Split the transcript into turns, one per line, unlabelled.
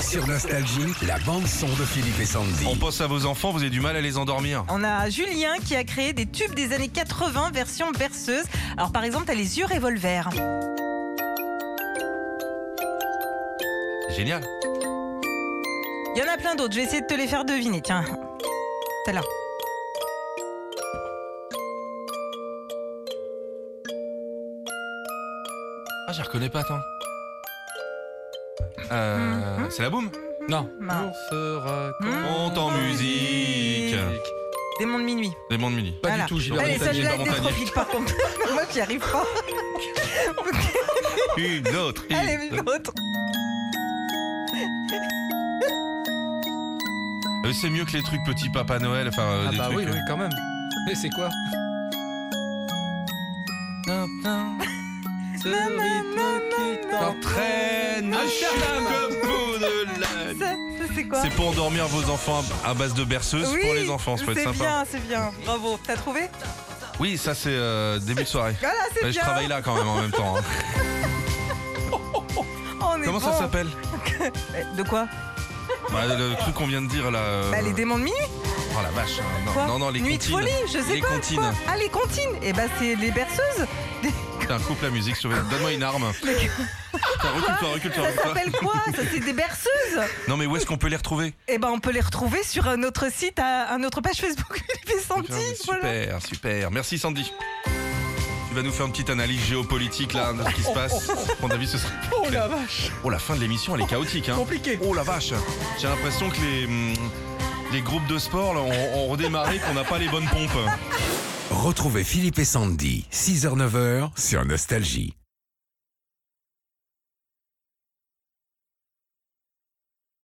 Sur Nostalgie, la bande-son de Philippe et
On
Sandy.
pense à vos enfants, vous avez du mal à les endormir.
On a Julien qui a créé des tubes des années 80 version berceuse. Alors par exemple, t'as les yeux revolver.
Génial.
Il y en a plein d'autres, je vais essayer de te les faire deviner. Tiens, celle-là.
Ah, je reconnais pas, attends. Euh,
Mhm.
C'est la boum
Non.
Non.
On sera
Hmm.
Monte en musique.
Des mondes minuit.
Les mondes mini.
Pas
Voilà.
Ah,
du tout, Gilbert
Allez,
Montagnier.
celle-là,
Gilbert
elle t'étrophique par contre. Moi, j'y arrive pas.
Une autre. une
Allez, une
autre.
autre.
Euh, C'est mieux que les trucs petit Papa Noël, enfin euh,
Ah
des
bah
trucs.
oui,
euh,
oui, quand même. Mais c'est quoi Ce rythme qui
T'entraînes
Amsterdam.
jusqu'au bout de la-
Ça, ça, Ah, c'est quoi
C'est pour endormir vos enfants à base de berceuse
Oui,
pour les enfants, ça peut être
C'est
sympa.
bien, c'est bien. Bravo. T'as trouvé Bah,
Oui, ça c'est euh, début de soirée.
Voilà, c'est
Ouais, je
bien.
travaille là quand même en même temps. hein.
On est
Comment ça
bon.
s'appelle
Eh, De quoi
Bah, Le truc qu'on vient de dire là. euh,
Bah, les démons de minuit,
Oh la vache. hein, non,
quoi.
Non, non, les
Nuit de
comptines.
folie, je sais
les
pas.
comptines.
quoi. Ah, les comptines. Eh ben, c'est les berceuses.
Putain, coupe la musique, s'il te plaît. Donne-moi une arme. Putain, recule-toi, recule-toi,
Ça
recule-toi.
s'appelle quoi Ça, c'est des berceuses.
Non, mais où est-ce qu'on peut les retrouver
Eh ben, on peut les retrouver sur euh, notre site, à, à notre page Facebook Philippe et Sandy.
Putain, mais
voilà.
Super, super. Merci Sandy. Tu vas nous faire une petite analyse géopolitique là, de ce qui se passe. À mon avis, ce sera.
Oh la vache,
Oh, la fin de l'émission, elle est chaotique. Hein.
compliqué.
Oh la vache. J'ai l'impression que les. hum, Les groupes de sport là, ont, ont redémarré qu'on n'a pas les bonnes pompes.
Retrouvez Philippe et Sandy, 6h-9h, sur Nostalgie.